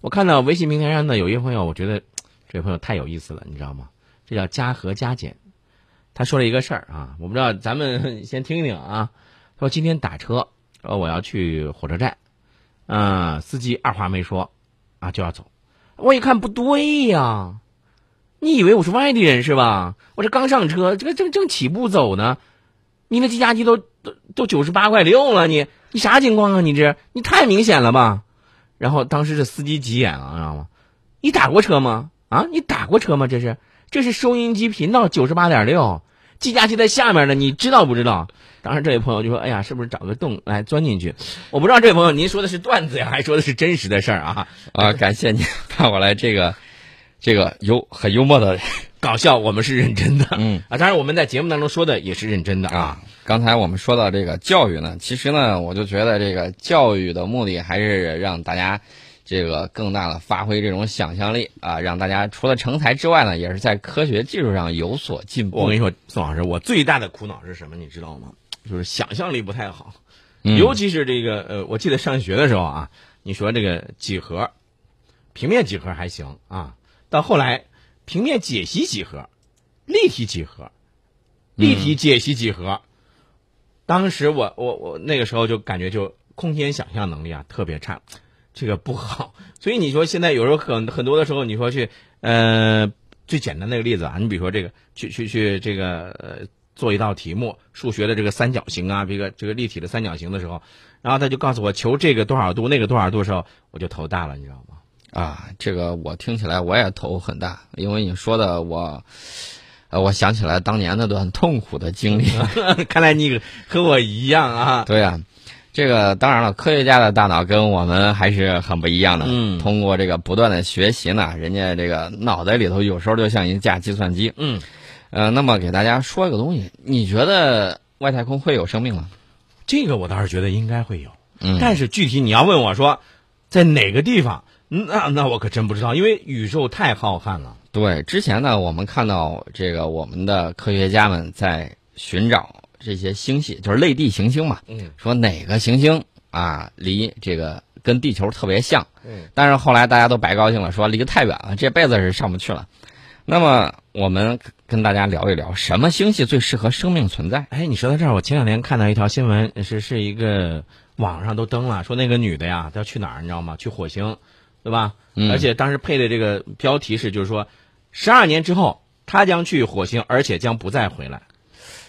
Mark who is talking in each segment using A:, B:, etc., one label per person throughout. A: 我看到微信平台上呢，有一位朋友，我觉得这位朋友太有意思了，你知道吗？这叫加和加减。他说了一个事儿啊，我不知道，咱们 先听一听啊。他说今天打车，说我要去火车站，嗯、司机二话没说，啊就要走。我一看不对呀、你以为我是外地人是吧？我这刚上车，这个正正起步走呢，你那计价机都都都九十八块六了，你你啥情况啊？你这你太明显了吧？然后当时这司机急眼了，你知道吗？你打过车吗？啊，你打过车吗？这是这是收音机频道九十八点六，计价器在下面呢，你知道不知道？当时这位朋友就说：“哎呀，是不是找个洞来钻进去？”我不知道这位朋友您说的是段子呀，还是说的是真实的事儿啊？
B: 啊，感谢你让我来这个 这个幽很幽默的
A: 搞笑，我们是认真的，
B: 嗯
A: 啊，当然我们在节目当中说的也是认真的啊。
B: 啊。刚才我们说到这个教育呢，其实呢，我就觉得这个教育的目的还是让大家这个更大的发挥这种想象力啊，让大家除了成才之外呢，也是在科学技术上有所进
A: 我
B: 步
A: 跟。你说，宋老师，我最大的苦恼是什么？你知道吗？就是想象力不太好，
B: 嗯
A: 尤其是这个呃，我记得上学的时候啊，你说这个几何，平面几何还行啊，到后来平面解析几何、立体几何、立体解析几何，当时我我我那个时候就感觉就空间想象能力啊特别差，这个不好。 所以你说现在有时候很很多的时候，你说去呃最简单的一个例子啊，你比如说这个去去去这个呃做一道题目，数学的这个三角形啊，这个这个立体的三角形的时候，然后他就告诉我求这个多少度，那个多少度的时候，我就头大了，你知道吗？
B: 啊，这个我听起来我也头很大，因为你说的我，呃，我想起来当年那段痛苦的经历。
A: 看来你和我一样啊，
B: 对啊，这个当然了，科学家的大脑跟我们还是很不一样的。
A: 嗯
B: 通过这个不断的学习呢，人家这个脑袋里头有时候就像一架计算机。
A: 嗯，
B: 呃，那么给大家说一个东西，你觉得外太空会有生命吗？
A: 这个我倒是觉得应该会有。
B: 嗯，
A: 但是具体你要问我说，在哪个地方，那那我可真不知道，因为宇宙太浩瀚了。
B: 对，之前呢，我们看到这个我们的科学家们在寻找这些星系，就是类地行星嘛。
A: 嗯
B: 说哪个行星啊离这个跟地球特别像，
A: 嗯，
B: 但是后来大家都白高兴了，说离得太远了，这辈子是上不去了。那么我们跟大家聊一聊，什么星系最适合生命存在？
A: 哎，你说到这儿，我前两天看到一条新闻，是是一个网上都登了，说那个女的呀，她要去哪儿，你知道吗？去火星，对吧？
B: 嗯
A: 而且当时配的这个标题是，就是说，十二年之后，她将去火星，而且将不再回来。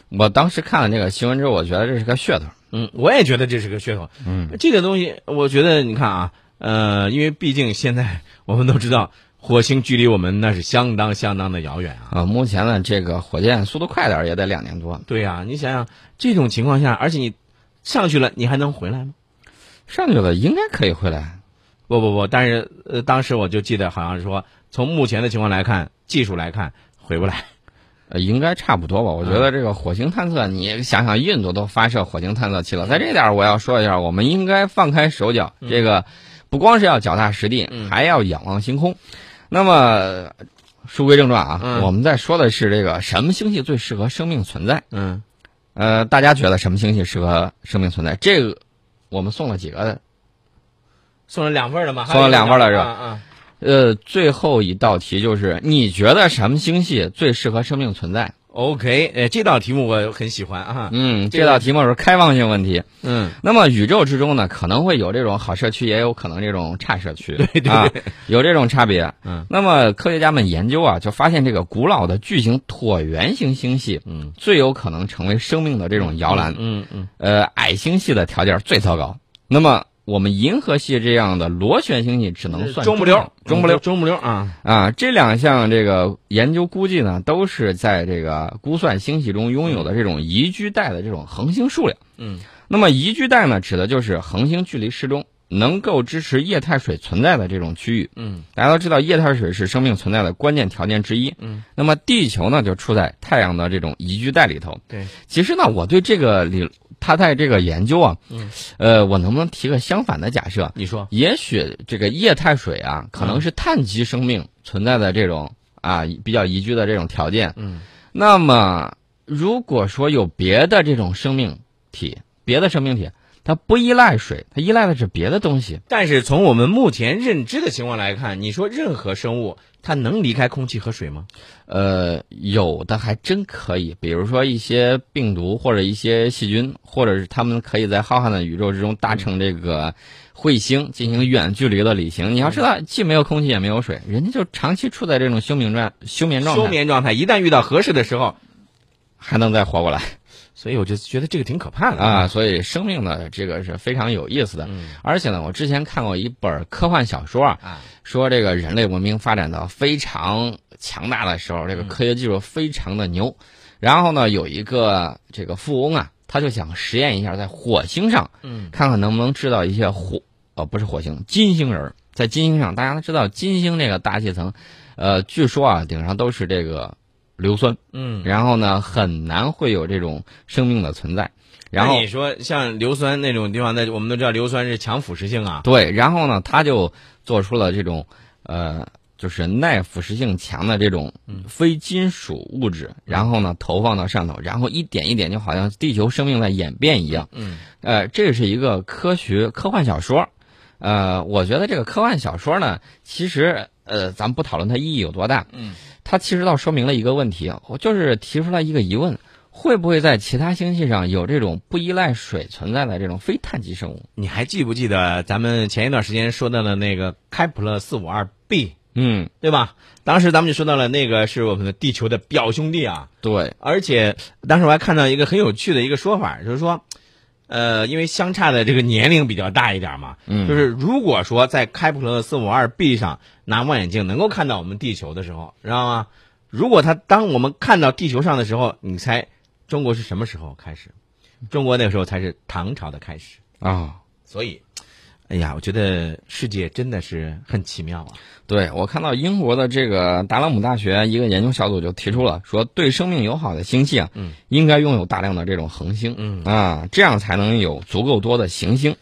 B: 我当时看了这个新闻之后，我觉得这是个噱头。
A: 嗯，我也觉得这是个噱头。嗯，这个东西，我觉得你看啊，呃，因为毕竟现在我们都知道，火星距离我们那是相当相当的遥远啊。
B: 啊，目前呢，这个火箭速度快点儿也得两年多，
A: 对呀、你想想这种情况下，而且你上去了，你还能回来吗？
B: 上去了应该可以回来。
A: 不不不，但是呃，当时我就记得好像是说，从目前的情况来看，技术来看，回不来。
B: 呃，应该差不多吧。我觉得这个火星探测，你想想，印度都发射火星探测器了，在这点儿我要说一下，我们应该放开手脚，
A: 嗯
B: 这个不光是要脚踏实地，还要仰望星空。那么，书归正传啊，
A: 嗯
B: 我们在说的是这个什么星系最适合生命存在？
A: 嗯，
B: 呃，大家觉得什么星系适合生命存在？这个我们送了几个？
A: 送了两份了吗？
B: 送了两份了是吧
A: 啊啊，
B: 呃，最后一道题就是，你觉得什么星系最适合生命存在？
A: OK，呃，这道题目我很喜欢啊。
B: 嗯，
A: 这
B: 这
A: 个
B: 道题目是开放性问题。
A: 嗯，
B: 那么宇宙之中呢，可能会有这种好社区，也有可能这种差社区，
A: 对对
B: 啊，有这种差别。
A: 嗯，
B: 那么科学家们研究啊，就发现这个古老的巨型椭圆形星系，
A: 嗯，
B: 最有可能成为生命的这种摇篮。
A: 嗯嗯
B: 呃，矮星系的条件最糟糕。那么我们银河系这样的螺旋星系只能
A: 嗯，
B: 算
A: 中不溜，
B: 中不溜，
A: 中不溜啊。
B: 啊，这两项这个研究估计呢，都是在这个估算星系中拥有的这种宜居带的这种恒星数量。
A: 嗯，
B: 那么宜居带呢，指的就是恒星距离适中，能够支持液态水存在的这种区域。
A: 嗯，
B: 大家都知道，液态水是生命存在的关键条件之一。
A: 嗯，
B: 那么地球呢，就处在太阳的这种宜居带里头。
A: 对，
B: 其实呢，我对这个理，他在这个研究啊，嗯，呃，我能不能提个相反的假设？
A: 你说，
B: 也许这个液态水啊，可能是碳基生命存在的这种啊比较宜居的这种条件。
A: 嗯，
B: 那么如果说有别的这种生命体，别的生命体，它不依赖水，它依赖的是别的东西。
A: 但是从我们目前认知的情况来看，你说任何生物它能离开空气和水吗？
B: 呃，有的还真可以，比如说一些病毒或者一些细菌，或者是它们可以在浩瀚的宇宙之中搭乘这个彗星进行远距离的旅行。你要知道，既没有空气也没有水，人家就长期处在这种休眠状休眠状
A: 休
B: 态，
A: 眠状态一旦遇到合适的时候，
B: 还能再活过来
A: 所以我就觉得这个挺可怕的
B: 啊！所以生命呢，这个是非常有意思的。
A: 嗯
B: 而且呢，我之前看过一本科幻小说啊，
A: 啊，
B: 说这个人类文明发展到非常强大的时候，
A: 嗯
B: 这个科学技术非常的牛。然后呢，有一个这个富翁啊，他就想实验一下在火星上，
A: 嗯
B: 看看能不能制造一些火呃不是火星金星人儿。在金星上，大家都知道金星这个大气层，呃，据说啊顶上都是这个硫酸，
A: 嗯。
B: 然后呢很难会有这种生命的存在。然后
A: 那你说像硫酸那种地方，那我们都知道硫酸是强腐蚀性啊，
B: 对，然后呢，他就做出了这种，呃，就是耐腐蚀性强的这种非金属物质，然后呢投放到上头，然后一点一点，就好像地球生命在演变一样。
A: 嗯，
B: 呃，这是一个科学科幻小说，呃，我觉得这个科幻小说呢，其实呃，咱不讨论它意义有多大，
A: 嗯，
B: 它其实倒说明了一个问题，我就是提出来一个疑问。会不会在其他星系上有这种不依赖水存在的这种非碳基生物？
A: 你还记不记得咱们前一段时间说到的那个开普勒四五二 b，
B: 嗯，
A: 对吧？当时咱们就说到了那个是我们的地球的表兄弟啊，
B: 对。
A: 而且当时我还看到一个很有趣的一个说法，就是说，呃，因为相差的这个年龄比较大一点嘛，
B: 嗯
A: 就是如果说在开普勒四五二 b 上拿望远镜能够看到我们地球的时候，知道吗？如果他当我们看到地球上的时候，你猜中国是什么时候开始？中国那个时候才是唐朝的开始，
B: 啊、
A: 所以。哎呀，我觉得世界真的是很奇妙啊！
B: 对我看到英国的这个达拉姆大学一个研究小组就提出了说，对生命友好的星系啊，
A: 嗯
B: 应该拥有大量的这种恒星，
A: 嗯
B: 啊，这样才能有足够多的行星。